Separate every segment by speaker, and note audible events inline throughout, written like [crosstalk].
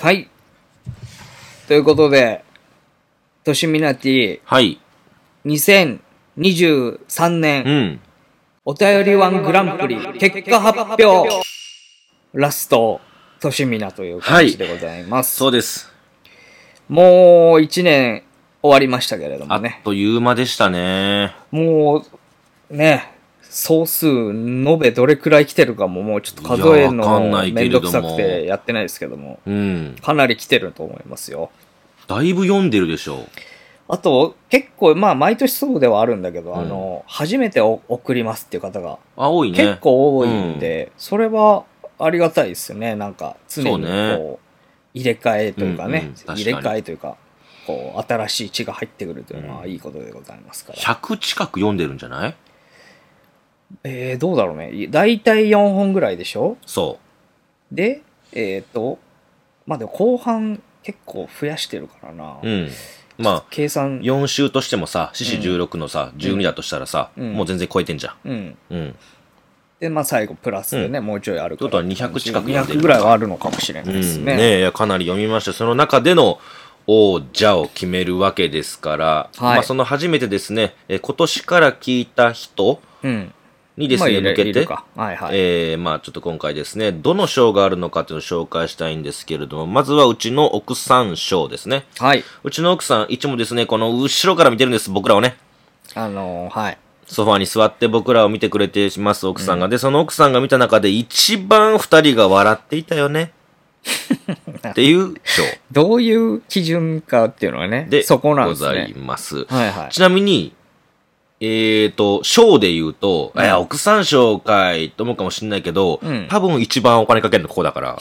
Speaker 1: はい。ということで、としみなティ
Speaker 2: はい。
Speaker 1: 2023年、
Speaker 2: うん。
Speaker 1: お便りワングランプリ結果発表ラスト、としみなという感じでございます。
Speaker 2: そうです。
Speaker 1: もう1年終わりましたけれど
Speaker 2: あ
Speaker 1: も
Speaker 2: っ
Speaker 1: ね。
Speaker 2: という間でしたね。
Speaker 1: もう、ね、総数、延べどれくらい来てるかももうちょっと数える
Speaker 2: いやわかん
Speaker 1: の
Speaker 2: ないけ
Speaker 1: め
Speaker 2: れ
Speaker 1: んど
Speaker 2: ども
Speaker 1: くさくてやってないですけども、
Speaker 2: うん。
Speaker 1: かなり来てると思いますよ。
Speaker 2: だいぶ読んでるでしょ
Speaker 1: あと、結構、まあ、毎年そうではあるんだけど、
Speaker 2: うん
Speaker 1: あの、初めてお送りますっていう方が
Speaker 2: う。あ、多いね。
Speaker 1: 結。構多いんで、それはありがたいですよね。なんか、常にこう、
Speaker 2: そうね
Speaker 1: 入れ替えというかね、
Speaker 2: うんうん確かに
Speaker 1: 入れ替えというか、こう、新しい血が入ってくるというのはいいことでございますから。
Speaker 2: 100近く読んでるんじゃない
Speaker 1: えー、どうだろうね。い大体4本ぐらいでしょ
Speaker 2: そ
Speaker 1: で、えっ、と、まあでも後半結構増やしてるからな。
Speaker 2: う。うん。まあ、
Speaker 1: 計算、
Speaker 2: 4週としてもさ、四四十六のさ、12だとしたらさ、
Speaker 1: うん
Speaker 2: もう全然超えてんじゃ
Speaker 1: うん。
Speaker 2: ん。うん。
Speaker 1: で、まあ最後プラスでね、もうちょいあるから。
Speaker 2: ってことは200近く読んでる
Speaker 1: 200ぐらいはあるのかもしれないです
Speaker 2: うん、
Speaker 1: ね。
Speaker 2: ねえいやかなり読みましたその中での王者を決めるわけですから、
Speaker 1: はい
Speaker 2: まあ、その初めてですね、えー今年から聞いた人
Speaker 1: うん。
Speaker 2: にです
Speaker 1: まあ
Speaker 2: ね、
Speaker 1: 入れ
Speaker 2: 向け
Speaker 1: 入れ
Speaker 2: て
Speaker 1: る、かはいはい。
Speaker 2: えーまあ、ちょっと今回ですね、どの賞があるのかっていうのを紹介したいんですけれども、まずはうちの奥さん賞ですね。
Speaker 1: はい。
Speaker 2: うちの奥さん、いつもですね、この後ろから見てるんです、僕らをね。
Speaker 1: あのーはい。
Speaker 2: ソファーに座って僕らを見てくれています、奥さんが。で、その奥さんが見た中で一番二人が笑っていたよ
Speaker 1: [laughs]
Speaker 2: ね。っていう賞
Speaker 1: どういう基準かっていうのはね、
Speaker 2: で
Speaker 1: [laughs] そこなん
Speaker 2: ご
Speaker 1: です
Speaker 2: ざい
Speaker 1: ね。
Speaker 2: ます。
Speaker 1: はいはい。 [laughs]
Speaker 2: ちなみに、えっ、と、賞で言うと、
Speaker 1: うん
Speaker 2: え、奥さん賞かいと思うかもしれないけど、
Speaker 1: うん
Speaker 2: 多分一番お金かけるのここだから、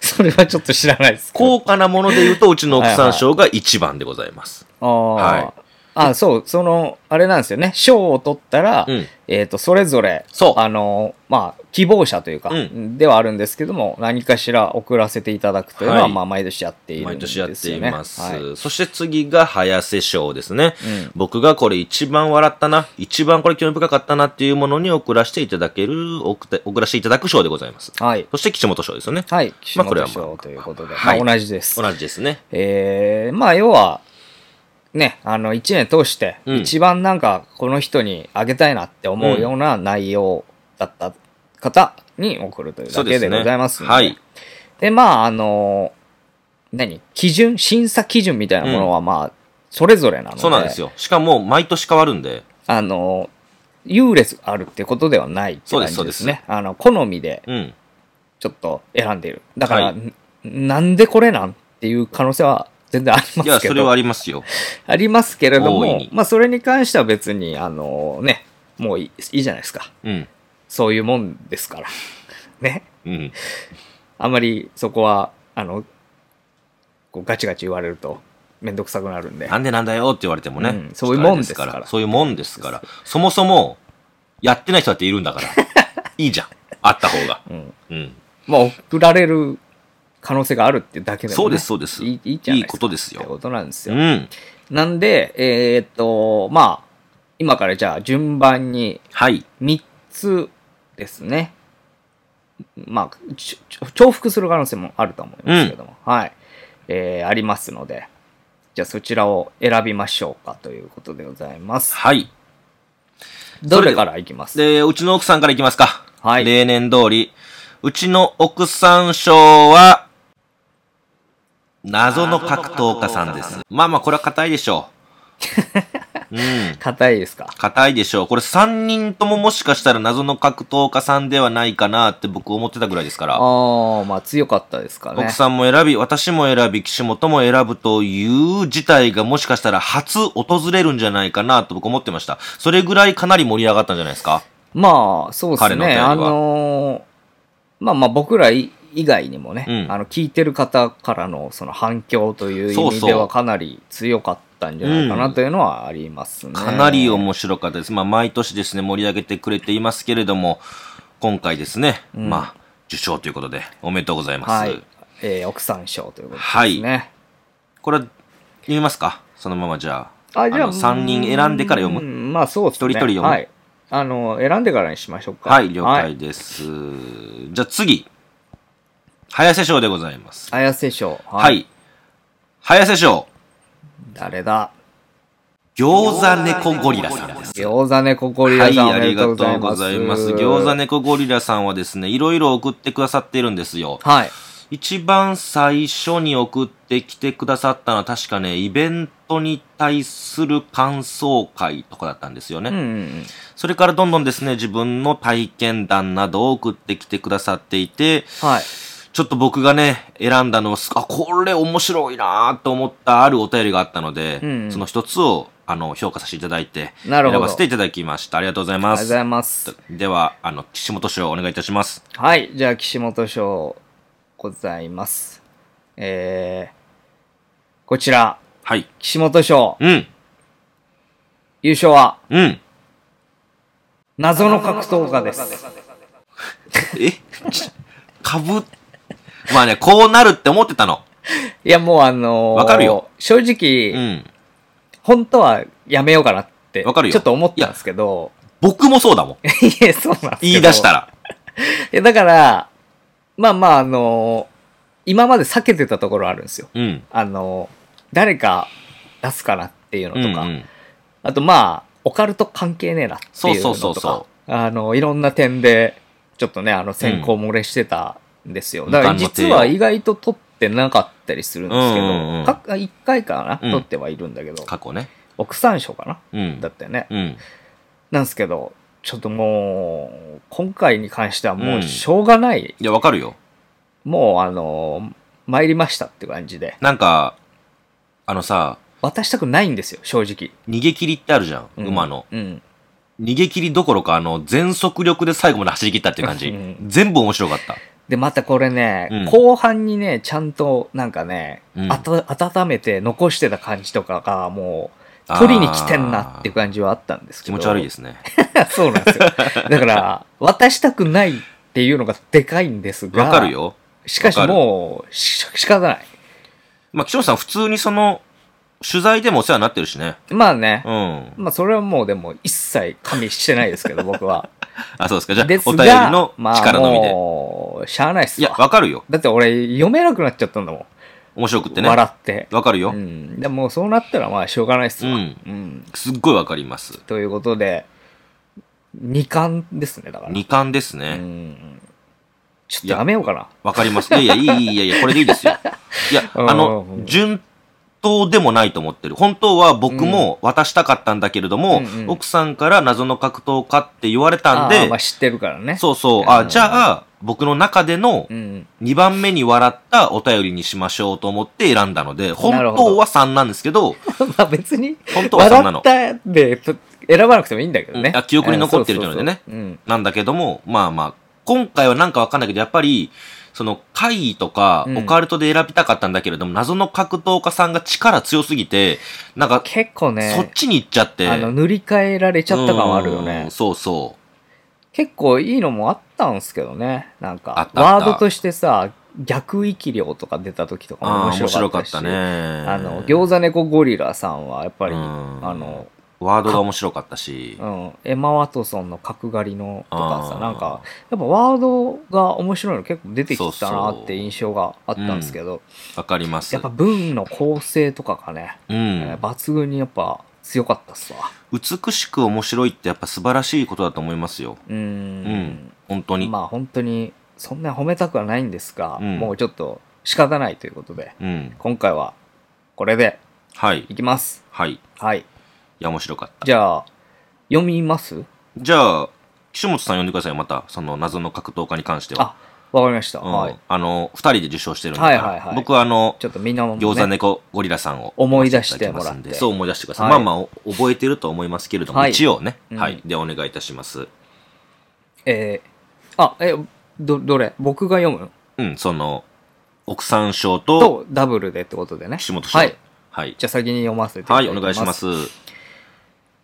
Speaker 1: それはちょっと知らないですけど。
Speaker 2: 高価なもので言うと、うちの奥さん賞が一番でございます。
Speaker 1: ああ、
Speaker 2: はい
Speaker 1: あ、そう、その、あれなんですよね。賞を取ったら、
Speaker 2: うん
Speaker 1: えっ、と、それぞれ、
Speaker 2: そう
Speaker 1: あの、まあ、希望者というか、
Speaker 2: うん
Speaker 1: ではあるんですけども、何かしら送らせていただくというのは、
Speaker 2: はい
Speaker 1: まあ、毎年やっているん
Speaker 2: 毎
Speaker 1: です
Speaker 2: 年
Speaker 1: よ
Speaker 2: や
Speaker 1: ね。
Speaker 2: っています。
Speaker 1: はい
Speaker 2: そして次が、早瀬賞ですね。
Speaker 1: うん
Speaker 2: 僕がこれ一番笑ったな、一番これ興味深かったなっていうものに送らせていただける、送って送らせていただく賞でございます。
Speaker 1: はい。
Speaker 2: そして、岸本賞ですよね。
Speaker 1: はい。岸
Speaker 2: まあこれ
Speaker 1: 本
Speaker 2: はま
Speaker 1: 賞
Speaker 2: あ
Speaker 1: ということで、
Speaker 2: はい
Speaker 1: まあ、同じです。
Speaker 2: 同じですね。
Speaker 1: えー、まあ要はねあの1年通して
Speaker 2: うん
Speaker 1: 一番なんかこの人にあげたいなって思うような内容だった方に送るという
Speaker 2: そ
Speaker 1: だ
Speaker 2: うで
Speaker 1: け
Speaker 2: す
Speaker 1: で
Speaker 2: ね。
Speaker 1: ございますので
Speaker 2: はい。
Speaker 1: でまああの何基準審査基準みたいなものはまあそれぞれなので、
Speaker 2: そうなんですよ。しかも、毎年変わるんで。
Speaker 1: あの優劣があるってことではないって
Speaker 2: そう
Speaker 1: 感
Speaker 2: です
Speaker 1: じです
Speaker 2: そうで
Speaker 1: ねあの好みで
Speaker 2: うん。
Speaker 1: ちょっと選んでいるだから、
Speaker 2: はい
Speaker 1: んなんでこれなんっていう可能性は全然あり [laughs] ますけど
Speaker 2: いや、それはありますよ。
Speaker 1: ありますけれど
Speaker 2: 大い
Speaker 1: も
Speaker 2: に、
Speaker 1: まあそれに関しては別に、あのね、もういいいいじゃないですか。
Speaker 2: うん。
Speaker 1: そういうもんですから。ね。
Speaker 2: うん。
Speaker 1: あんまりそこは、あの、こうガチガチ言われるとめんどくさくなるんで。
Speaker 2: なんでなんだよって言われてもね。
Speaker 1: うんそういうもんですから
Speaker 2: ちょっとあれそういうもんですから。そもそも、やってない人だっているん
Speaker 1: [laughs]
Speaker 2: だから。いいじゃん。あった方が。
Speaker 1: うん。
Speaker 2: うん。
Speaker 1: まあ送られる可能性があるっていうだけでも、ね、
Speaker 2: そうです、そうです。
Speaker 1: いいいいじゃない
Speaker 2: いことです
Speaker 1: って
Speaker 2: よ。
Speaker 1: ことなんです
Speaker 2: う
Speaker 1: よ。
Speaker 2: ん。
Speaker 1: なんで、えーっと、まあ、今からじゃあ順番に
Speaker 2: はい。
Speaker 1: 3つですね。まあ、ちょちょ重複する可能性もあると思いますけども、はい。えーありますので、じゃあそちらを選びましょうかということでございます。
Speaker 2: はい。
Speaker 1: どれからいきます
Speaker 2: で、うちの奥さんからいきますか。
Speaker 1: はい
Speaker 2: 例年通り。うちの奥さん賞は、謎の格闘家さんです。まあまあ、これは硬いでしょ
Speaker 1: [laughs]
Speaker 2: う。うん。
Speaker 1: 硬いですか
Speaker 2: 硬いでしょう。これ3人とももしかしたら謎の格闘家さんではないかなって僕思ってたぐらいですか
Speaker 1: あ
Speaker 2: ら。
Speaker 1: あ、まあ強かったですかね。
Speaker 2: 奥さんも選び、私も選び、岸本も選ぶという事態がもしかしたら初訪れるんじゃないかなと僕思ってました。それぐらいかなり盛り上がったんじゃないですか。
Speaker 1: まあ、そうです
Speaker 2: 彼のお便
Speaker 1: ね。
Speaker 2: りは
Speaker 1: あのーまあまあ僕ら以外にもね、
Speaker 2: うん
Speaker 1: あの聞いてる方からのその反響という意味で
Speaker 2: そうそ
Speaker 1: は
Speaker 2: う
Speaker 1: かなり強かったんじゃないかなというのはありますね。
Speaker 2: かなり面白かったです。まあ、毎年ですね、盛り上げてくれていますけれども、今回ですね、
Speaker 1: うん
Speaker 2: まあ、受賞ということで、おめでとうございます。
Speaker 1: はい。えー奥さん賞ということですね。
Speaker 2: これ、言いますかそのままじゃあ。
Speaker 1: あ、じゃあ、
Speaker 2: 3人選んでから読む。
Speaker 1: む。まあ、そうですね。
Speaker 2: 一人一人読む
Speaker 1: はい。あの、選んでからにしましょうか。
Speaker 2: はい、了
Speaker 1: は
Speaker 2: 解
Speaker 1: い。
Speaker 2: です。じゃあ次。早瀬賞でございます。
Speaker 1: 綾瀬賞。は
Speaker 2: はい。早瀬賞、
Speaker 1: 誰だ
Speaker 2: 餃子猫ゴリラさんです。
Speaker 1: 餃子猫ゴリ
Speaker 2: は
Speaker 1: ラ
Speaker 2: い、
Speaker 1: さん、
Speaker 2: ありがとうございます。餃子
Speaker 1: ね。
Speaker 2: 猫ゴリラさんはですね、いろいろ送ってくださってるんですよ。
Speaker 1: はい。
Speaker 2: 一番最初に送ってきてくださったのは確かね、イベントに対する感想会とかだったんですよね。
Speaker 1: うんうんうん。
Speaker 2: それからどんどんですね、自分の体験談などを送ってきてくださっていて、
Speaker 1: はい。
Speaker 2: ちょっと僕がね、選んだのは、すあ、これ面白いなと思ったあるお便りがあったので、
Speaker 1: うんうん
Speaker 2: その一つを、あの、評価させていただいて、
Speaker 1: なるほど
Speaker 2: 選ばせていただきました。ありがとうござい
Speaker 1: ありが
Speaker 2: ま
Speaker 1: とうご
Speaker 2: す
Speaker 1: ざ。います。
Speaker 2: では、あの、岸本賞お願いいたします。
Speaker 1: はい。じゃあ、岸本賞ございます。えー、こちら、
Speaker 2: はい。
Speaker 1: 岸本賞、
Speaker 2: うん、
Speaker 1: 優勝は、
Speaker 2: うん。
Speaker 1: 謎の格闘家です。
Speaker 2: えちかぶ、まあね、こうなるって思ってたの。
Speaker 1: いや、もうあのー
Speaker 2: わかるよ。
Speaker 1: 正直、
Speaker 2: うん。
Speaker 1: 本当はやめようかなって、
Speaker 2: わかるよ
Speaker 1: ちょっと思ったんですけど、
Speaker 2: 僕もそう
Speaker 1: [laughs]
Speaker 2: だもん。
Speaker 1: いや、そうなんですけど
Speaker 2: 言い出した。ら。
Speaker 1: いや、だから、まあまあ、あのー今まで避けてたところあるんですよ。
Speaker 2: うん。
Speaker 1: あのー誰か出すかなっていうのとか、
Speaker 2: うんうん
Speaker 1: あとまあ、オカルト関係ねえなっていうのとか、
Speaker 2: そうそうそうそ
Speaker 1: あの、いろんな点で、ちょっとね、あの、先行漏れしてたんですよ。
Speaker 2: うん
Speaker 1: だから
Speaker 2: 無冠
Speaker 1: 実
Speaker 2: の帝王
Speaker 1: は意外と取ってなかったりするんですけど、
Speaker 2: うんうんうん
Speaker 1: か一回かな、
Speaker 2: うん
Speaker 1: 取ってはいるんだけど、
Speaker 2: 過去ね。
Speaker 1: 奥三賞かな
Speaker 2: うん
Speaker 1: だ。ったよね。
Speaker 2: うん。
Speaker 1: なんですけど、ちょっともう、今回に関してはも
Speaker 2: うん
Speaker 1: うしょうがない、
Speaker 2: いや、わかるよ。
Speaker 1: もうあの、参りましたって感じで、
Speaker 2: なんか、あのさ、
Speaker 1: 渡したくないんですよ、正直。
Speaker 2: 逃げ切りってあるじゃん、
Speaker 1: うん
Speaker 2: 馬の。
Speaker 1: うん。
Speaker 2: 逃げ切りどころか、あの、全速力で最後まで走り切ったっていう感じ
Speaker 1: うん。
Speaker 2: 全部面白かった。
Speaker 1: で、またこれね、
Speaker 2: うん
Speaker 1: 後半にね、ちゃんとなんかね、
Speaker 2: うん
Speaker 1: あた温めて残してた感じとかが、もう、取りに来てんなっていう感じはあったんですけ
Speaker 2: 気
Speaker 1: ど。。
Speaker 2: 持ち悪いですすね。
Speaker 1: [laughs] そうなんですよ。だから、渡したくないっていうのがでかいんですが、
Speaker 2: わかる。よ。
Speaker 1: しかし
Speaker 2: わかる
Speaker 1: もう、し仕方ない。
Speaker 2: まあ、岸本さん、普通にその、取材でもお世話になってるしね。
Speaker 1: まあね、
Speaker 2: うん。
Speaker 1: まあそれはもうでも一切加味してないですけど、僕は。
Speaker 2: あ、そうです [laughs] か。じゃあ
Speaker 1: です、が、
Speaker 2: お便りの力のみ
Speaker 1: まあ
Speaker 2: で。
Speaker 1: もう、しゃあないっす
Speaker 2: いや、
Speaker 1: わ。
Speaker 2: わかるよ。
Speaker 1: だって俺、読めなくなっちゃったんだも
Speaker 2: 面白くっ
Speaker 1: ん。
Speaker 2: てね。
Speaker 1: 笑って。
Speaker 2: わかるよ
Speaker 1: う。ん。でもうそうなったらまあしょうがないっすわ。
Speaker 2: うん
Speaker 1: ん
Speaker 2: すっごいわかります。
Speaker 1: ということで、二冠ですね、だから。
Speaker 2: 二冠です
Speaker 1: う
Speaker 2: ね。
Speaker 1: ん。ちょっとやめようかな。
Speaker 2: わかります。いやいや、いい、いいいやいや、これでい
Speaker 1: [laughs]
Speaker 2: いですよ。いや、
Speaker 1: うん
Speaker 2: あの
Speaker 1: う、ん
Speaker 2: 順当でもないと思ってる。本当は僕も渡したかったんだけれど
Speaker 1: う
Speaker 2: も、
Speaker 1: んうん
Speaker 2: 奥さんから謎の格闘家って言われたん
Speaker 1: あー
Speaker 2: で、
Speaker 1: まあ知ってるからね。
Speaker 2: そうそう、
Speaker 1: う
Speaker 2: あ、
Speaker 1: ん
Speaker 2: じゃあ、僕の中での
Speaker 1: うん。 [laughs]
Speaker 2: 2番目に笑ったお便りにしましょうと思って選んだので、本
Speaker 1: なるほど
Speaker 2: 当は3なんですけど、
Speaker 1: まあ別に、
Speaker 2: 本当は3な
Speaker 1: 笑っ
Speaker 2: の。
Speaker 1: たんでと選ばなくてもいいんだけどね
Speaker 2: う。んあ記憶に残ってるっていうのでね
Speaker 1: うん。そうそうそううん
Speaker 2: なんだけども、まあまあ、今回はなんかわかんないけど、やっぱり、その、怪異とか
Speaker 1: う、ん
Speaker 2: オカルトで選びたかったんだけれども、謎の格闘家さんが力強すぎて、なんか、
Speaker 1: 結構ね。
Speaker 2: そっちに行っちゃって。
Speaker 1: あの、塗り替えられちゃった感はあるよ
Speaker 2: う
Speaker 1: ね
Speaker 2: ん。そうそう。
Speaker 1: 結構いいのもあったんすけどね。なん
Speaker 2: あっ
Speaker 1: か、
Speaker 2: たあっ
Speaker 1: ワ
Speaker 2: た
Speaker 1: ードとしてさ、逆域量とか出た時とかも
Speaker 2: ああ、面
Speaker 1: 面白
Speaker 2: 白
Speaker 1: か
Speaker 2: か
Speaker 1: っ
Speaker 2: った
Speaker 1: し。
Speaker 2: たね。あ
Speaker 1: あの、餃子猫ゴリラさんは、やっぱり、
Speaker 2: うん
Speaker 1: あの、
Speaker 2: ワードが面白かったし
Speaker 1: う。ん、エマ・ワトソンの角刈りのとか
Speaker 2: あ
Speaker 1: さ、
Speaker 2: ー
Speaker 1: なんか、やっぱワードが面白いの結構出てきたな
Speaker 2: そうそう
Speaker 1: って印象があったんですけど、
Speaker 2: わかります。
Speaker 1: やっぱ文の構成とかがね、
Speaker 2: う
Speaker 1: えー
Speaker 2: ん。
Speaker 1: 抜群にやっぱ強かったっすわ。
Speaker 2: 美しく面白いってやっぱ素晴らしいことだと思いますよ。
Speaker 1: うー
Speaker 2: うんん。本当に。
Speaker 1: まあ本当にそんな褒めたくはないんですが、
Speaker 2: うん
Speaker 1: もうちょっと仕方ないということで
Speaker 2: うん。
Speaker 1: 今回はこれで
Speaker 2: はい
Speaker 1: い。きます
Speaker 2: はい。い
Speaker 1: はい
Speaker 2: や、面白かった。
Speaker 1: じゃあ読みます
Speaker 2: じゃあ、岸本さん呼んでくださいよ、また、その謎の格闘家に関しては。
Speaker 1: あわかりました、
Speaker 2: うん
Speaker 1: はい
Speaker 2: あの、二人で受賞してるんで、
Speaker 1: はいはいはい
Speaker 2: 僕はあの、
Speaker 1: ちょっとみんなも、ね、
Speaker 2: 餃子猫ゴリラさんを
Speaker 1: 思い出してもら
Speaker 2: いただきますん
Speaker 1: って
Speaker 2: でそう思い出してください。
Speaker 1: はい
Speaker 2: まあまあ、お覚えてると思いますけれども、
Speaker 1: はい
Speaker 2: 一応ね、
Speaker 1: うん
Speaker 2: はい。で、お願いいたします。
Speaker 1: えーあえどどれ僕が読む
Speaker 2: うん、その、奥さん賞と、
Speaker 1: とダブルでってことでね
Speaker 2: 岸本賞。
Speaker 1: はい
Speaker 2: はい。
Speaker 1: じゃあ先に読ませていただ
Speaker 2: はい、
Speaker 1: きます
Speaker 2: お願いします。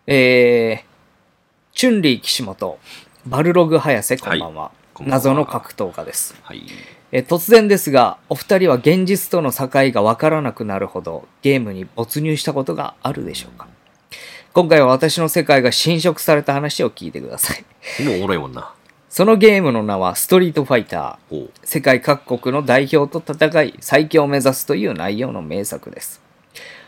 Speaker 1: えー、チュンリー岸本バルログ早瀬こんばんは、
Speaker 2: こんばんは
Speaker 1: 謎の格闘家です
Speaker 2: はい。
Speaker 1: えー突然ですがお二人は現実との境が分からなくなるほどゲームに没入したことがあるでしょうか今回は私の世界が侵食された話を聞いてください
Speaker 2: もうおもろいもんな。
Speaker 1: そのゲームの名はストリートファイター。
Speaker 2: ほう。
Speaker 1: 世界各国の代表と戦い、最強を目指すという内容の名作です。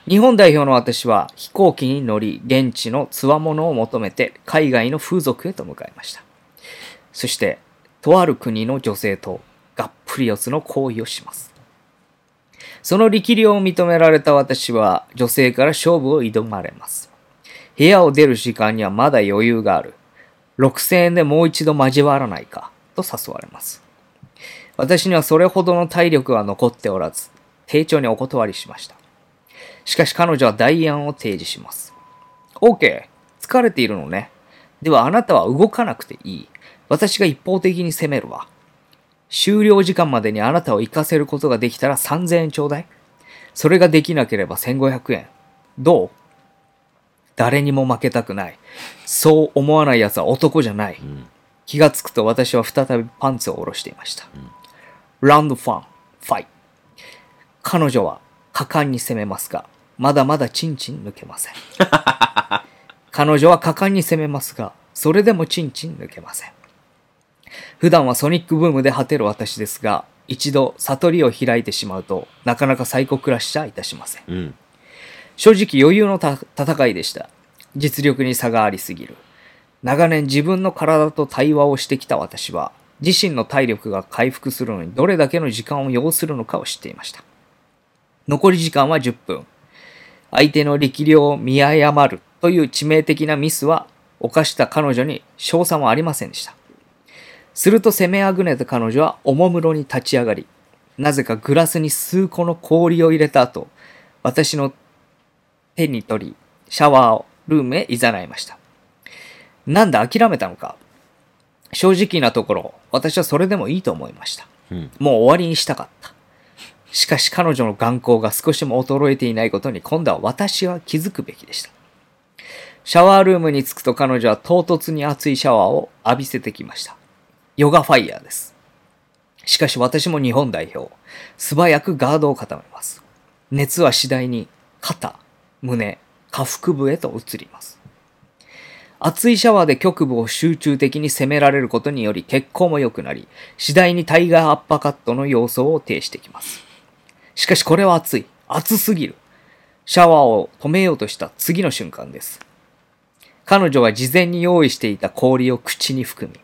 Speaker 1: 日本代表の私は飛行機に乗り、現地の強者を求めて海外の風俗へと向かいました。そして、とある国の女性とがっぷり四つの行為をします。その力量を認められた私は女性から勝負を挑まれます。部屋を出る時間にはまだ余裕がある。6000円でもう一度交わらないかと誘われます。私にはそれほどの体力は残っておらず、丁重にお断りしました。しかし彼女は代案を提示します。OK! 疲れているのね。ではあなたは動かなくていい。私が一方的に責めるわ。終了時間までにあなたを行かせることができたら3000円ちょうだい。それができなければ1500円。どう誰にも負けたくない。そう思わない奴は男じゃない。
Speaker 2: うん。
Speaker 1: 気がつくと私は再びパンツを下ろしていました。ラウンドファン、ファイ。彼女は果敢に攻めますが、まだまだチンチン抜けません。彼女は果敢に攻めますが、それでもチンチン抜けません。普段はソニックブームで果てる私ですが、一度悟りを開いてしまうとなかなかサイコクラッシャーいたしません。
Speaker 2: うん。
Speaker 1: 正直余裕のた戦いでした。実力に差がありすぎる。長年自分の体と対話をしてきた私は、自身の体力が回復するのにどれだけの時間を要するのかを知っていました。残り時間は10分。相手の力量を見誤るという致命的なミスは犯した彼女に賞賛はありませんでした。すると攻めあぐねた彼女はおもむろに立ち上がり、なぜかグラスに数個の氷を入れた後、私の手に取り、シャワーをルームへ誘いました。なんだ諦めたのか正直なところ、私はそれでもいいと思いました。
Speaker 2: うん。
Speaker 1: もう終わりにしたかった。しかし彼女の眼光が少しも衰えていないことに今度は私は気づくべきでした。シャワールームに着くと彼女は唐突に熱いシャワーを浴びせてきました。ヨガファイヤーです。しかし私も日本代表、素早くガードを固めます。熱は次第に肩、胸、下腹部へと移ります。熱いシャワーで局部を集中的に攻められることにより血行も良くなり、次第にタイガーアッパーカットの要素を呈してきます。しかしこれは熱い。熱すぎる。シャワーを止めようとした次の瞬間です。彼女は事前に用意していた氷を口に含み、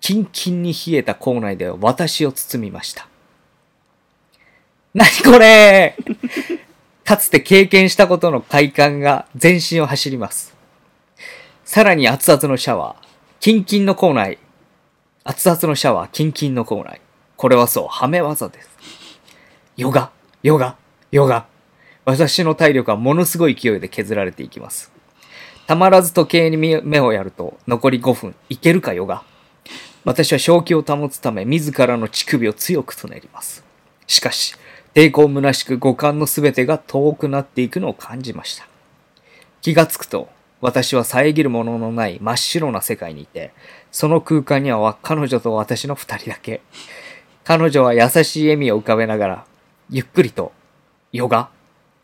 Speaker 1: キンキンに冷えた口内で私を包みました。何これかつて経験したことの快感が全身を走ります。さらに熱々のシャワー。キンキンの口内。熱々のシャワー、キンキンの口内。これはそう、はめ技です。ヨガ、ヨガ、ヨガ。私の体力はものすごい勢いで削られていきます。たまらず時計に目目をやると、残り5分、いけるかヨガ。私は正気を保つため、自らの乳首を強くとねります。しかし、抵抗虚しく五感のすべてが遠くなっていくのを感じました。気がつくと、私は遮るもののない真っ白な世界にいて、その空間には彼女と私の二人だけ。彼女は優しい笑みを浮かべながら、ゆっくりと、ヨガ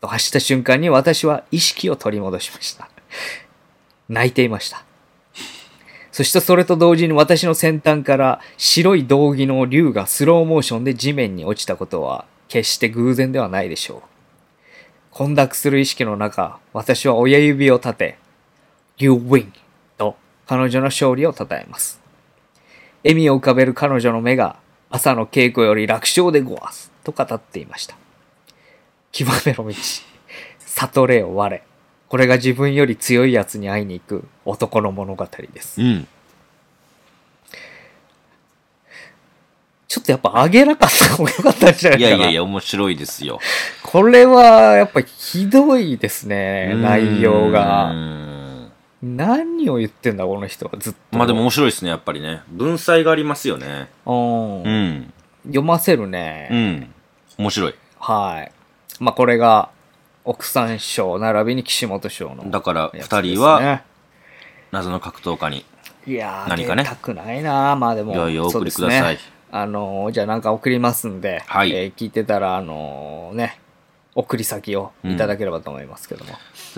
Speaker 1: と発した瞬間に私は意識を取り戻しました。泣いていました。そしてそれと同時に私の先端から白い道着の竜がスローモーションで地面に落ちたことは決して偶然ではないでしょう。混濁する意識の中、私は親指を立て、You win! と彼女の勝利を称えます。笑みを浮かべる彼女の目が朝の稽古より楽勝でごわすと語っていました。極めの道、悟れを我れ。これが自分より強い奴に会いに行く男の物語です。
Speaker 2: うん。
Speaker 1: ちょっとやっぱ上げなかった方が良かったんじゃない
Speaker 2: い
Speaker 1: かな。
Speaker 2: やいやいや、面白いですよ。
Speaker 1: これはやっぱひどいですね、内容
Speaker 2: う
Speaker 1: が。
Speaker 2: ーん。
Speaker 1: 何を言ってんだ、この人はずっと。
Speaker 2: まあでも面白いですね、やっぱりね。文才がありますよね。
Speaker 1: うん、
Speaker 2: うん。
Speaker 1: 読ませるね。
Speaker 2: うん。面白い。
Speaker 1: はい。まあ、これが、奥さん賞並びに岸本賞の、
Speaker 2: だから、
Speaker 1: やつ
Speaker 2: 二
Speaker 1: です
Speaker 2: 人は
Speaker 1: ね、
Speaker 2: 謎の格闘家に。
Speaker 1: いやー、
Speaker 2: 何かね
Speaker 1: 出たくないなーまあでも、
Speaker 2: いよいよお
Speaker 1: そう
Speaker 2: 送
Speaker 1: で
Speaker 2: り
Speaker 1: す
Speaker 2: ください
Speaker 1: ね、あのーじゃあなんか送りますんで、
Speaker 2: はい
Speaker 1: えー聞いてたら、あのーね、送り先をいただければと思いますけども。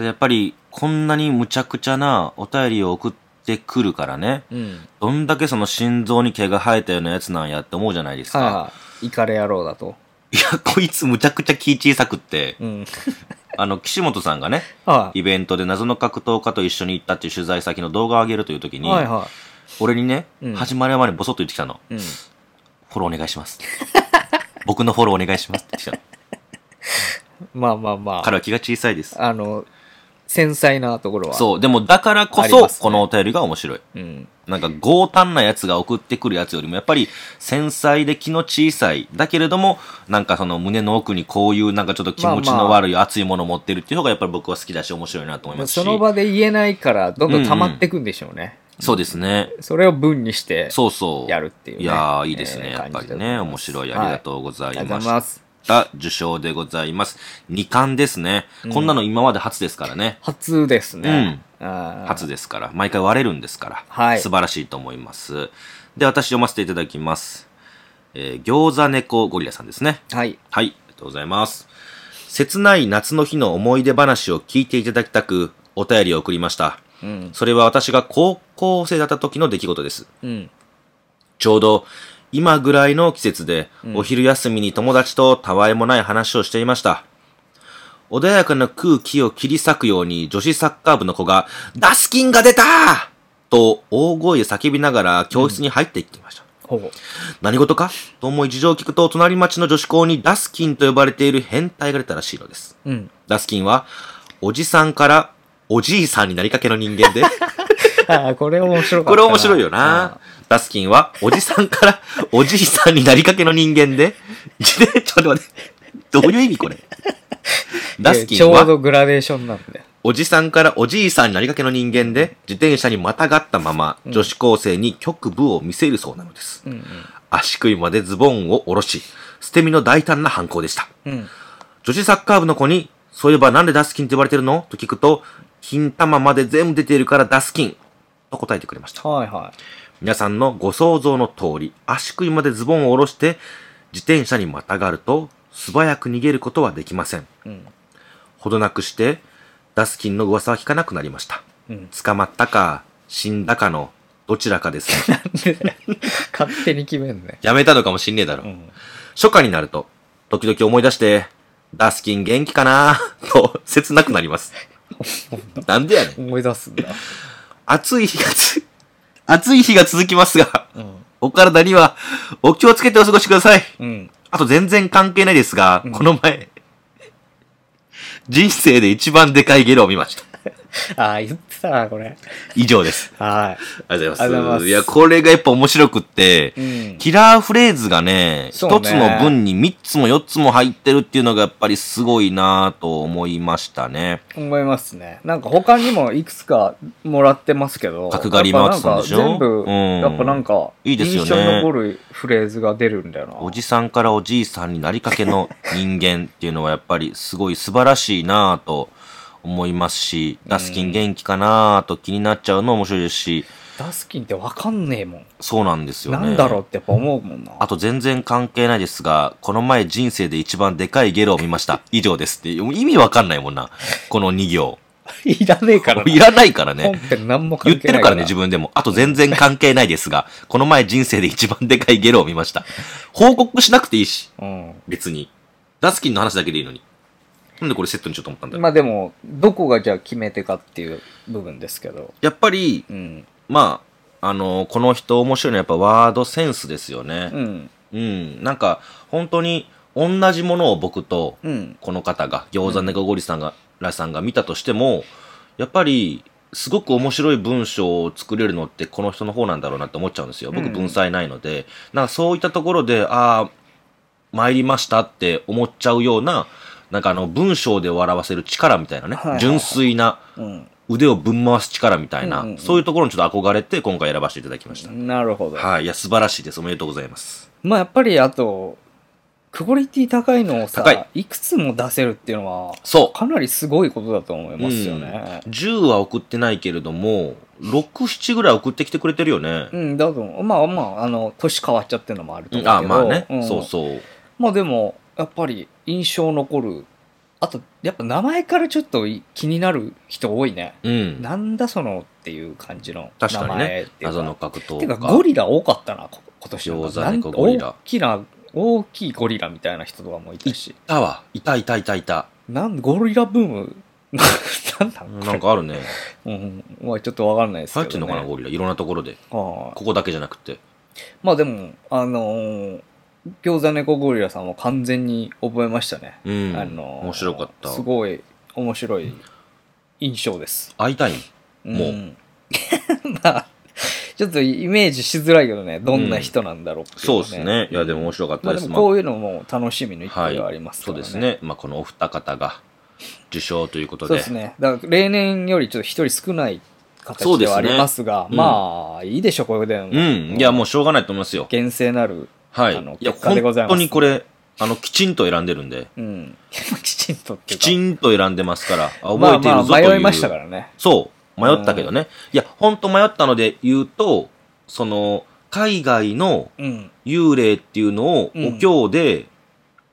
Speaker 2: やっぱり、こんなに無茶苦茶なお便りを送っってくるからね。
Speaker 1: うん。
Speaker 2: どんだけその心臓に毛が生えたようなやつなんやって思うじゃないですか。
Speaker 1: はい。イカレ野郎だと。
Speaker 2: いや、こいつむちゃくちゃ気小さくって、
Speaker 1: うん。
Speaker 2: あの、岸本さんがね、
Speaker 1: はい。
Speaker 2: イベントで謎の格闘家と一緒に行ったっていう取材先の動画を上げるという時に、
Speaker 1: はいは
Speaker 2: 俺にね、
Speaker 1: うん
Speaker 2: 始まる前にボソッと言ってきたの。
Speaker 1: い。うん。
Speaker 2: フォローお願いし
Speaker 1: [laughs]
Speaker 2: ます。僕のフォローお願いしますって言ってきたの。
Speaker 1: まあまあまあ。
Speaker 2: 彼は気が小さいです。
Speaker 1: あの、繊細なところは。
Speaker 2: そう、でもだからこ
Speaker 1: あり
Speaker 2: そ、
Speaker 1: ますね
Speaker 2: このお便りが面白い。
Speaker 1: う。うん。
Speaker 2: なんか強胆なやつが送ってくるやつよりも、やっぱり繊細で気の小さい。だけれども、なんかその胸の奥にこういうなんかちょっと気持ちの悪い熱いものを持ってるっていうのがやっぱり僕は好きだし面白いなと思いますし。
Speaker 1: その場で言えないから、どんどん溜まっていくんでしょうね。
Speaker 2: そうですね。
Speaker 1: それを文にして、
Speaker 2: そうそう。
Speaker 1: やるっていうね
Speaker 2: いやーいいです
Speaker 1: え
Speaker 2: ね。
Speaker 1: ー
Speaker 2: やっぱ
Speaker 1: 感じだ
Speaker 2: り
Speaker 1: と思い
Speaker 2: ね。
Speaker 1: ます
Speaker 2: 面白い。ありがとうござ
Speaker 1: あり
Speaker 2: い
Speaker 1: がとう
Speaker 2: ま
Speaker 1: ご
Speaker 2: し
Speaker 1: ざい
Speaker 2: た。
Speaker 1: ます。
Speaker 2: 受賞でございます。2冠ですね。こんなの今まで初ですからね。
Speaker 1: 初ですね。あー
Speaker 2: 初ですから。毎回割れるんですから。
Speaker 1: はい
Speaker 2: 素晴らしいと思います。で、私読ませていただきます。えー餃子猫ゴリラさんですね。
Speaker 1: はい。
Speaker 2: はい、ありがとうございます。切ない夏の日の思い出話を聞いていただきたく、お便りを送りました。
Speaker 1: うん。
Speaker 2: それは私が高校生だった時の出来事です。
Speaker 1: うん。
Speaker 2: ちょうど今ぐらいの季節で、お昼休みに友達とたわいもない話をしていました。穏やかな空気を切り裂くように女子サッカー部の子が、ダスキンが出たと大声で叫びながら教室に入っていってきました。
Speaker 1: ほぼ。
Speaker 2: 何事かと思い事情を聞くと、隣町の女子校にダスキンと呼ばれている変態が出たらしいのです。
Speaker 1: うん。
Speaker 2: ダスキンは、おじさんからおじいさんになりかけの人間で、
Speaker 1: あーこれ面白かったな。
Speaker 2: これ面白いよな。ダスキンは、おじさんから、おじいさんになりかけの人間で、 [laughs] ちょっと待って、どういう意味 [laughs] これ。
Speaker 1: うん。
Speaker 2: ダスキ
Speaker 1: ち
Speaker 2: ン
Speaker 1: ょう
Speaker 2: は、
Speaker 1: どグラデーションなんで。
Speaker 2: おじさんからおじいさんになりかけの人間で、自転車にまたがったまま、女子高生に局部を見せるそうなのです。
Speaker 1: うん
Speaker 2: 足首までズボンを下ろし、捨て身の大胆な犯行でした。
Speaker 1: うん。うん。
Speaker 2: 女子サッカー部の子に、そういえばなんでダスキンって呼ばれてるのと聞くと、金玉まで全部出ているからダスキン。と答えてくれました。
Speaker 1: はいはい。
Speaker 2: 皆さんのご想像の通り、足首までズボンを下ろして、自転車にまたがると、素早く逃げることはできません。
Speaker 1: うん。
Speaker 2: ほどなくして、ダスキンの噂は聞かなくなりました。
Speaker 1: うん。
Speaker 2: 捕まったか、死んだかの、どちらかです。
Speaker 1: 勝手に決めんね。
Speaker 2: [laughs] やめたのかもしんねえだろ。
Speaker 1: うん。
Speaker 2: 初夏になると、時々思い出して、ダスキン元気かな [laughs] と、切なくなります。 [laughs] なんでやねん。
Speaker 1: 思い出すんだ。
Speaker 2: 暑い日がつ、暑い日が続きますが、
Speaker 1: うん。
Speaker 2: お体には、お気をつけてお過ごしください。
Speaker 1: うん。
Speaker 2: あと全然関係ないですが、
Speaker 1: うん
Speaker 2: この前、人生で一番でかいゲロを見ました。
Speaker 1: ああ、言ってたな、これ。
Speaker 2: 以上です。
Speaker 1: は
Speaker 2: ありが
Speaker 1: あ
Speaker 2: とう
Speaker 1: り
Speaker 2: ご
Speaker 1: がとござい
Speaker 2: ざいうま。
Speaker 1: ますす
Speaker 2: いや、これがやっぱ面白くって
Speaker 1: い。、うん。
Speaker 2: キラーフレーズがね、一、
Speaker 1: そうね
Speaker 2: つの文に三つも四つも入ってるっていうのがやっぱりすごいなぁと思いましたね。
Speaker 1: 思いますね。なんか他にもいくつかもらってますけど、
Speaker 2: 角刈り回ってたんでしょ
Speaker 1: やっぱなんか全部、
Speaker 2: うん
Speaker 1: やっぱなんか、
Speaker 2: いいですよね
Speaker 1: 印象に残るフレーズが出るんだよな。
Speaker 2: おじさんからおじいさんになりかけの人間っていうのはやっぱりすごい素晴らしいなぁと思いますし、ダスキン元気かなぁと気になっちゃうのも面白いですし、
Speaker 1: ダスキンってわかんねえもん。
Speaker 2: そうなんですよ
Speaker 1: な
Speaker 2: ね。
Speaker 1: んだろうってやっぱ思うもんな。
Speaker 2: あと全然関係ないですが、この前人生で一番でかいゲロを見ました。以上ですって。意味わかんないもんな。この2行。
Speaker 1: いらねえからな。
Speaker 2: いらないから
Speaker 1: 本
Speaker 2: ね。
Speaker 1: 編何も
Speaker 2: 言
Speaker 1: 関
Speaker 2: っ
Speaker 1: 係
Speaker 2: て
Speaker 1: な
Speaker 2: る
Speaker 1: い
Speaker 2: からね、自分でも。あと全然関係ないですが、この前人生で一番でかいゲロを見ました。報告しなくていいし、
Speaker 1: 分。
Speaker 2: 別に。ダスキンの話だけでいいのに。なんでこれセットにしようと思ったんだ
Speaker 1: うん。
Speaker 2: ろう。
Speaker 1: まあでも、どこがじゃあ決め手かっていう部分ですけど。
Speaker 2: やっぱり、
Speaker 1: うん。
Speaker 2: まあ、あの、この人面白いのはやっぱワードセンスですよね
Speaker 1: う。ん。
Speaker 2: うん。なんか、本当に同じものを僕と、
Speaker 1: うん。
Speaker 2: この方が、餃子ネコゴリさんが、らさんが見たとしても、やっぱり、すごく面白い文章を作れるのってこの人の方なんだろうなって思っちゃうんですよ。僕
Speaker 1: うん
Speaker 2: 文才ないので、なんかそういったところで、ああ、参りましたって思っちゃうような、なんかあの文章で笑わせる力みたいなね、
Speaker 1: はいはいはい
Speaker 2: 純粋な
Speaker 1: う
Speaker 2: 腕をぶん回す力みたい
Speaker 1: う
Speaker 2: な、
Speaker 1: んうんうん
Speaker 2: そういうところにちょっと憧れて今回選ばせていただきました。
Speaker 1: ん。なるほど。
Speaker 2: はい、いや素晴らしいです。おめでとうございます。
Speaker 1: まあやっぱりあと、クオリティ高いのを
Speaker 2: 高い
Speaker 1: さ、いくつも出せるっていうのは、
Speaker 2: そう。
Speaker 1: かなりすごいことだと思いますよね。
Speaker 2: 10は送ってないけれども、6、7ぐらい送ってきてくれてるよね
Speaker 1: う。ん、だと思うまあまあ、あの、年変わっちゃってるのもあると思うけど。
Speaker 2: あまあね、
Speaker 1: ん
Speaker 2: そうそう。
Speaker 1: まあでも、やっぱり印象残るあと、やっぱ名前からちょっとい気になる人多いね。
Speaker 2: うん。
Speaker 1: なんだそのっていう感じの
Speaker 2: 確
Speaker 1: 名
Speaker 2: かに
Speaker 1: 前っ
Speaker 2: ね。
Speaker 1: ていうか。
Speaker 2: 謎の格闘
Speaker 1: て
Speaker 2: 家。
Speaker 1: かゴリラ多かったな、こ今年の。
Speaker 2: 餃子猫
Speaker 1: なん
Speaker 2: ゴリラ
Speaker 1: 大きな、大きいゴリラみたいな人とかもいたし。
Speaker 2: いたわ。いたいたいたいた。
Speaker 1: なんゴリラブーム、 [laughs] なんなんこれ
Speaker 2: なんかあるね。
Speaker 1: うん、まあちょっとわかんないですけ
Speaker 2: 流
Speaker 1: ど、
Speaker 2: 行っ
Speaker 1: ね。
Speaker 2: てんのかな、ゴリラ。いろんなところで。
Speaker 1: はい
Speaker 2: ここだけじゃなくて。
Speaker 1: まあでも、あのー餃子猫ゴリラさんは完全に覚えましたね。
Speaker 2: うん。
Speaker 1: あのー
Speaker 2: 面白かった。
Speaker 1: すごい面白い印象です。
Speaker 2: 会いたいもうん
Speaker 1: [laughs] まあ、ちょっとイメージしづらいけどね、どんな人なんだろうっていの
Speaker 2: そうですね。いや、でも面白かっ
Speaker 1: ま
Speaker 2: た
Speaker 1: あ
Speaker 2: で。
Speaker 1: ですも
Speaker 2: まあ
Speaker 1: こういうのも楽しみの一個
Speaker 2: はい
Speaker 1: ではありますか
Speaker 2: そう
Speaker 1: らね。
Speaker 2: です。ね。まあ、このお二方が受賞ということ
Speaker 1: そう
Speaker 2: で
Speaker 1: で。すね。だから例年よりちょっと一人少ない
Speaker 2: そ
Speaker 1: 形
Speaker 2: うで
Speaker 1: です
Speaker 2: ね
Speaker 1: はありますが、
Speaker 2: うん
Speaker 1: まあ、いいでしょ、これでも。
Speaker 2: うん。いや、もうしょうがないと思いますよ。
Speaker 1: 厳正なる、
Speaker 2: はい。
Speaker 1: あの
Speaker 2: いや、
Speaker 1: 結果でござい
Speaker 2: 本
Speaker 1: ます
Speaker 2: 当にこれ、あの、きちんと選んでるんで。
Speaker 1: うん。 [laughs] きちんとっていう
Speaker 2: き
Speaker 1: か
Speaker 2: ちんと選んでますから、あ覚えているぞという。
Speaker 1: まあまあ迷いましたからね。
Speaker 2: そう、迷ったけどね。いや、ほんと迷ったので言うと、その、海外の
Speaker 1: うん。
Speaker 2: 幽霊っていうのを
Speaker 1: うん
Speaker 2: お経で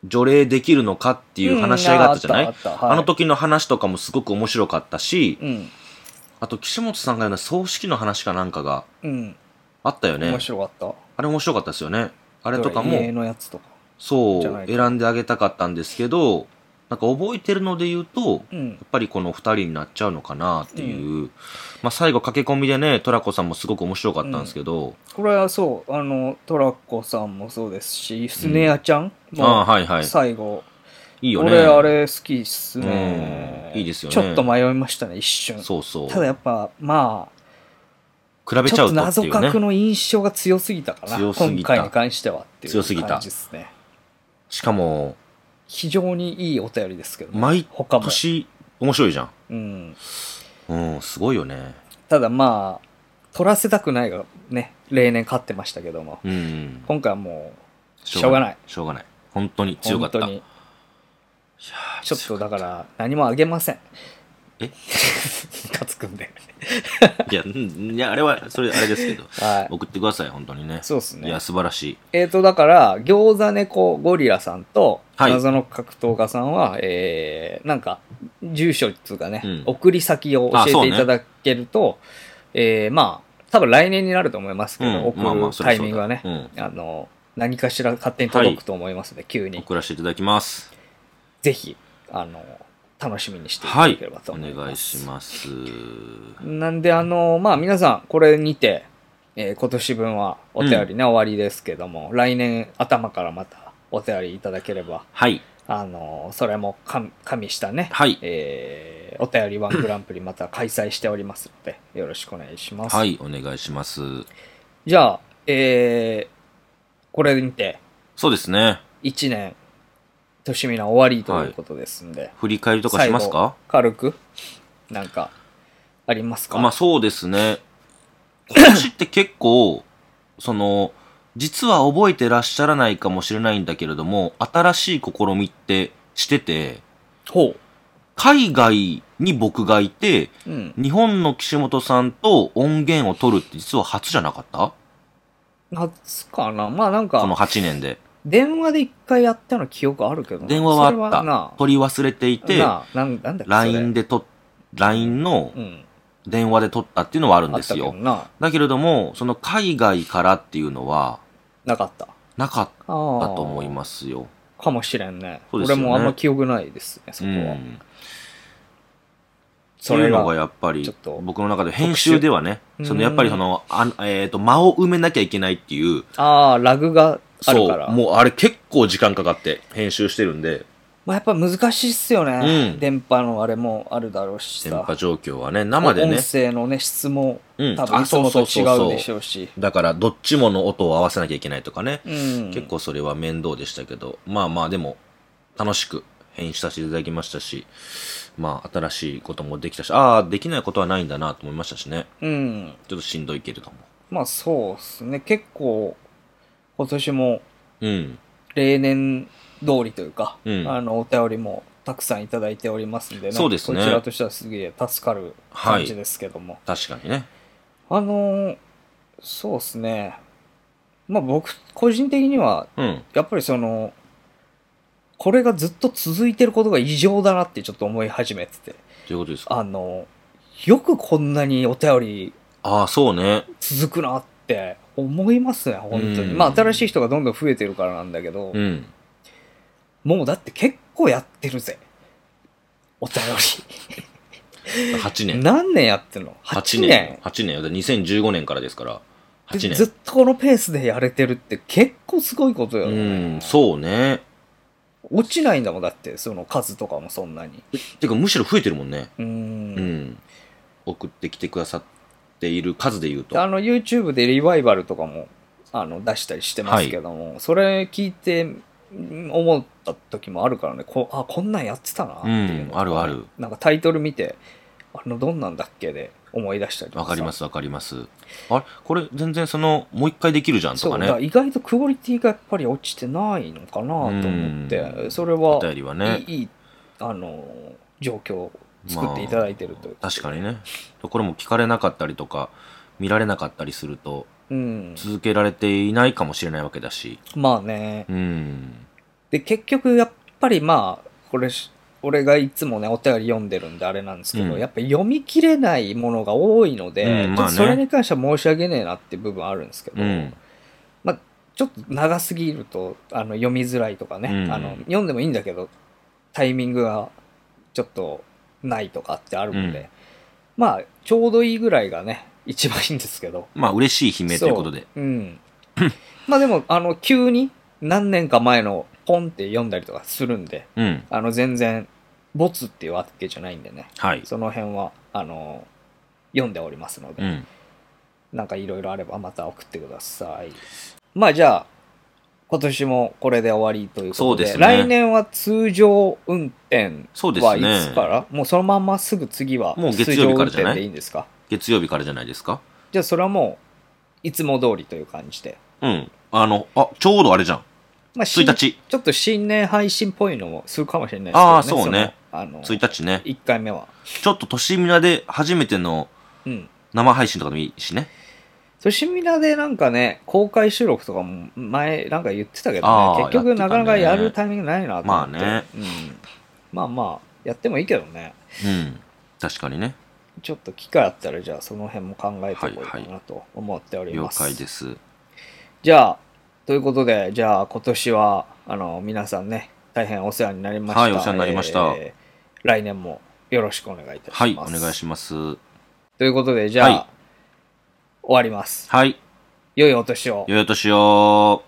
Speaker 2: 除霊できるのかっていう話し合いがあったじゃな
Speaker 1: う
Speaker 2: い、
Speaker 1: んあ
Speaker 2: あ
Speaker 1: ったあったはい
Speaker 2: の時の話とかもすごく面白かったし、
Speaker 1: うん。
Speaker 2: あと岸本さんが言うのは葬式の話かなんかが
Speaker 1: うん。
Speaker 2: あったよね
Speaker 1: 面。白かった。
Speaker 2: あれ面白かったですよね。あ
Speaker 1: あ
Speaker 2: れとか
Speaker 1: 家
Speaker 2: も、
Speaker 1: のやつとか。
Speaker 2: そ
Speaker 1: じゃな
Speaker 2: う、
Speaker 1: いか
Speaker 2: 選んであげたかったんですけど、なんか覚えてるので言うと、
Speaker 1: うん
Speaker 2: や。っぱりこの2人になっちゃうのかなっていう、まあ、最後駆け込みでねトラコさんもすごく面白かったんですけど、
Speaker 1: これはそう、あの、トラコさんもそうですし、スネアちゃん
Speaker 2: ああ
Speaker 1: も
Speaker 2: はいはい
Speaker 1: 最後。
Speaker 2: いいよね
Speaker 1: 俺、あれ好きっすね。
Speaker 2: うんいいですよね
Speaker 1: ちょっと迷いましたね、一瞬。
Speaker 2: そうそう
Speaker 1: ただやっぱ、まあ、
Speaker 2: 比べち
Speaker 1: ち
Speaker 2: ゃ
Speaker 1: ょっ
Speaker 2: う
Speaker 1: と
Speaker 2: とって
Speaker 1: 謎
Speaker 2: いう
Speaker 1: 格
Speaker 2: ね
Speaker 1: の印象が強すぎたかな。
Speaker 2: 強す
Speaker 1: 今
Speaker 2: ぎた
Speaker 1: 回に関してはっていう
Speaker 2: 強すぎた
Speaker 1: 感じですね。
Speaker 2: しかも
Speaker 1: 非常にいいお便りですけど、
Speaker 2: 毎
Speaker 1: 他も。
Speaker 2: 年面白いじゃん
Speaker 1: うん。
Speaker 2: うんすごいよね
Speaker 1: ただまあ、取らせたくないがね、例年勝ってましたけども、
Speaker 2: うん
Speaker 1: 今回はもう、しょうがない。
Speaker 2: しょうがない本当に強かった
Speaker 1: 本当に、
Speaker 2: いやー
Speaker 1: ちょっとだから、何もあげません。 [laughs]
Speaker 2: え
Speaker 1: かつくんで。
Speaker 2: いやうんいやあれはそれあれですけど
Speaker 1: はい。
Speaker 2: 送ってください本当にね
Speaker 1: そうです
Speaker 2: い
Speaker 1: ね
Speaker 2: や。素晴らしい
Speaker 1: えっ、と、だから、餃子猫ゴリラさんと、
Speaker 2: はい
Speaker 1: 謎の格闘家さんは、えー、なんか、住所っていうかね、
Speaker 2: うん
Speaker 1: 送り先を
Speaker 2: あそ
Speaker 1: 教え
Speaker 2: う
Speaker 1: て
Speaker 2: ね
Speaker 1: いただけると、えー、まあ、多分来年になると思いますけど、
Speaker 2: うんまあま
Speaker 1: 送
Speaker 2: あそ
Speaker 1: る
Speaker 2: り
Speaker 1: タ
Speaker 2: ゃそうだ
Speaker 1: イミングはね、
Speaker 2: う
Speaker 1: あの、何かしら勝手に届くと思いますので、急に。
Speaker 2: 送らせていただきます
Speaker 1: ぜひ、あの、楽しみにしていただければと
Speaker 2: お
Speaker 1: 思います。
Speaker 2: 願いします
Speaker 1: なんで、あの、まあ、皆さん、これにて、えー今年分はお便りね、終わりですけども、来年頭からまたお便りいただければ、
Speaker 2: はい
Speaker 1: あの、それも加加味したね、
Speaker 2: はい
Speaker 1: えーお便りワングランプリまた開催しておりますので、よろしくお願いします。
Speaker 2: はい、お願いします。
Speaker 1: じゃあ、えーこれにて、
Speaker 2: そうですね。
Speaker 1: 1年、年見の終わりということですんで、
Speaker 2: 振り返りとかしますか
Speaker 1: 軽く、なんか、ありますか
Speaker 2: まあそうですね。今年って結構、 [clears throat] その、実は覚えてらっしゃらないかもしれないんだけれども、新しい試みってしてて、
Speaker 1: ほ
Speaker 2: 海外に僕がいて、
Speaker 1: う。うん。
Speaker 2: 日本の岸本さんと音源を取るって実は初じゃなかった
Speaker 1: 夏かなまあなん
Speaker 2: この
Speaker 1: か、
Speaker 2: 8年で。
Speaker 1: 電話で一回やったの記憶あるけどな
Speaker 2: 電話は
Speaker 1: それ
Speaker 2: あった。取り忘れてい
Speaker 1: な
Speaker 2: て、
Speaker 1: ななんなんだっけそれ
Speaker 2: LINE でと LINE の
Speaker 1: うん。
Speaker 2: 電話で取ったっていうのはあるん
Speaker 1: あ
Speaker 2: で
Speaker 1: った
Speaker 2: す
Speaker 1: け
Speaker 2: よ
Speaker 1: ど。な。
Speaker 2: だけれども、その海外からっていうのは
Speaker 1: なかった。
Speaker 2: なかっ
Speaker 1: あ
Speaker 2: た
Speaker 1: あ。
Speaker 2: と思いますよ。
Speaker 1: す。かもしれんね。
Speaker 2: そうですよね
Speaker 1: 俺もあんま記憶ないですね、そうこは。
Speaker 2: ん。そ
Speaker 1: そう
Speaker 2: い
Speaker 1: れ
Speaker 2: うのが
Speaker 1: が、
Speaker 2: やっぱり
Speaker 1: ちょっと
Speaker 2: 僕の中で編集ではね、
Speaker 1: 特殊
Speaker 2: そうの
Speaker 1: ん
Speaker 2: やっぱりその、あえっ、と、間を埋めなきゃいけないっていう、
Speaker 1: ああ、ラグがある
Speaker 2: そ
Speaker 1: から。
Speaker 2: う、もうあれ結構時間かかって編集してるんで、
Speaker 1: まあやっぱ難しいっすよね。
Speaker 2: うん
Speaker 1: 電波のあれもあるだろうし
Speaker 2: 電
Speaker 1: さ
Speaker 2: 波。状況はね、生でね
Speaker 1: 音、声のね、質も
Speaker 2: うん
Speaker 1: 多分
Speaker 2: あ
Speaker 1: いつもと
Speaker 2: そうそうそうそ
Speaker 1: 違
Speaker 2: う
Speaker 1: うでしょうし。
Speaker 2: だからどっちもの音を合わせなきゃいけないとかね、
Speaker 1: うん。
Speaker 2: 結構それは面倒でしたけど、まあまあでも、楽しく編集させていただきましたし、まあ新しいこともできたし、ああ、できないことはないんだなと思いましたしね。
Speaker 1: うん。
Speaker 2: ちょっとしんどいけれども。
Speaker 1: まあそうっすね。結構、今年も
Speaker 2: うん。
Speaker 1: 例年通りというか、
Speaker 2: うん
Speaker 1: あの、お便りもたくさんいただいておりますんでね。
Speaker 2: そうですね
Speaker 1: こちらとしてはすげえ助かる感じですけども。
Speaker 2: 確かにね。
Speaker 1: あのーそうですね。まあ僕、個人的には、
Speaker 2: うん。
Speaker 1: やっぱりその、これがずっと続いてることが異常だなってちょっと思い始めてて、
Speaker 2: ということですか。
Speaker 1: あの、よくこんなにお便り
Speaker 2: ああ、そうね。
Speaker 1: 続くなって思いますね、本当に。
Speaker 2: うん
Speaker 1: まあ、新しい人がどんどん増えてるからなんだけど、
Speaker 2: うん。
Speaker 1: もうだって結構やってるぜ。お便
Speaker 2: 8
Speaker 1: り。
Speaker 2: 年。
Speaker 1: 何年やってんの ?8 年。
Speaker 2: 8年よ。だって2015年からですから。8
Speaker 1: で
Speaker 2: 年。
Speaker 1: ずっとこのペースでやれてるって結構すごいことよ、
Speaker 2: うん、そうね。
Speaker 1: 落ちないんだもん、だって、その数とかもそんなに。
Speaker 2: てか、むしろ増えてるもんね。
Speaker 1: う。
Speaker 2: うんん。送ってきてくださっている数で言うと。
Speaker 1: あの、YouTube でリバイバルとかも、あの、出したりしてますけども、それ聞いて、うん思った時もあるからね、こあ、こんなんやってたなっていうのとかね、
Speaker 2: うんあるある
Speaker 1: なんかタイトル見て、あの、どんなんだっけで思い出したりとか
Speaker 2: わ
Speaker 1: さ。
Speaker 2: かりますわかります。あれこれ全然その、もう一回できるじゃんと
Speaker 1: そう
Speaker 2: か
Speaker 1: だから
Speaker 2: ね。
Speaker 1: 意外とクオリティがやっぱり落ちてないのかなと思って、
Speaker 2: うん
Speaker 1: それは
Speaker 2: お便りはね。
Speaker 1: いいいいあの状況を作っていただいてるという、
Speaker 2: 確かにね。これも聞かれなかったりとか、見られなかったりすると、
Speaker 1: うん、
Speaker 2: 続けられていないかもしれないわけだし。
Speaker 1: まあね
Speaker 2: うん。
Speaker 1: で結局やっぱりまあこれし俺がいつもねお便り読んでるんであれなんですけど、
Speaker 2: うん
Speaker 1: やっぱり読み切れないものが多いので、
Speaker 2: うん
Speaker 1: ちょっ
Speaker 2: まあ
Speaker 1: と
Speaker 2: ね
Speaker 1: それに関しては申し訳ねえなって部分あるんですけど、
Speaker 2: うん。
Speaker 1: ちょっと長すぎるとあの読みづらいとかね、
Speaker 2: うん
Speaker 1: あの読んでもいいんだけどタイミングがちょっとないとかってあるので、
Speaker 2: うん
Speaker 1: まあちょうどいいぐらいがね一番いいんですけど
Speaker 2: まあ、嬉しい悲鳴ということで。
Speaker 1: そううんまあでもあの急に何年か前のポンって読んだりとかするんで
Speaker 2: うん。
Speaker 1: あの全然ボツっていうわけじゃないんでね
Speaker 2: はい。
Speaker 1: その辺はあの読んでおりますので、
Speaker 2: うん。
Speaker 1: なんかいろいろあればまた送ってください。まあじゃあ、今年もこれで終わりということで、
Speaker 2: そうですね
Speaker 1: 来年は通常運転
Speaker 2: そうです
Speaker 1: はい
Speaker 2: ね
Speaker 1: つから、もうそのまんますぐ次は
Speaker 2: もう月曜日からじゃな
Speaker 1: 通常運
Speaker 2: い
Speaker 1: 転でいいんですか
Speaker 2: 月曜日からじゃないですか。
Speaker 1: じゃあそれはもういつも通りという感じで。
Speaker 2: うん。あの、あ、ちょうどあれじゃん。
Speaker 1: まあ、新
Speaker 2: 1日。
Speaker 1: ちょっと新年配信っぽいのもするかもしれないですけど、
Speaker 2: ああそうね
Speaker 1: その。あの、
Speaker 2: 1日ね。
Speaker 1: 1回目は。
Speaker 2: ちょっと都市ミナで初めての
Speaker 1: うん。
Speaker 2: 生配信とかでもいいしね。
Speaker 1: 寿司ミナでなんかね、公開収録とかも前なんか言ってたけど
Speaker 2: あ
Speaker 1: ね、
Speaker 2: ー
Speaker 1: 結局
Speaker 2: やってた
Speaker 1: なかな
Speaker 2: ね
Speaker 1: かやるタイミングないなと思って。
Speaker 2: まあね
Speaker 1: うん。まあまあ、やってもいいけどね。
Speaker 2: うん。確かにね。
Speaker 1: ちょっと機会あったらじゃあその辺も考えていこうか
Speaker 2: はいは
Speaker 1: なと思っており
Speaker 2: 了
Speaker 1: ます。
Speaker 2: 解です。
Speaker 1: じゃあ、ということで、じゃあ今年は、あの、皆さんね、大変お世話になりました。
Speaker 2: はいお世話になりました
Speaker 1: ー来年もよろしくお願いいたします。
Speaker 2: はい、お願いします。
Speaker 1: ということで、じゃあ、
Speaker 2: はい
Speaker 1: 終わります。
Speaker 2: はい、
Speaker 1: 良いお年を。
Speaker 2: 良いお年を。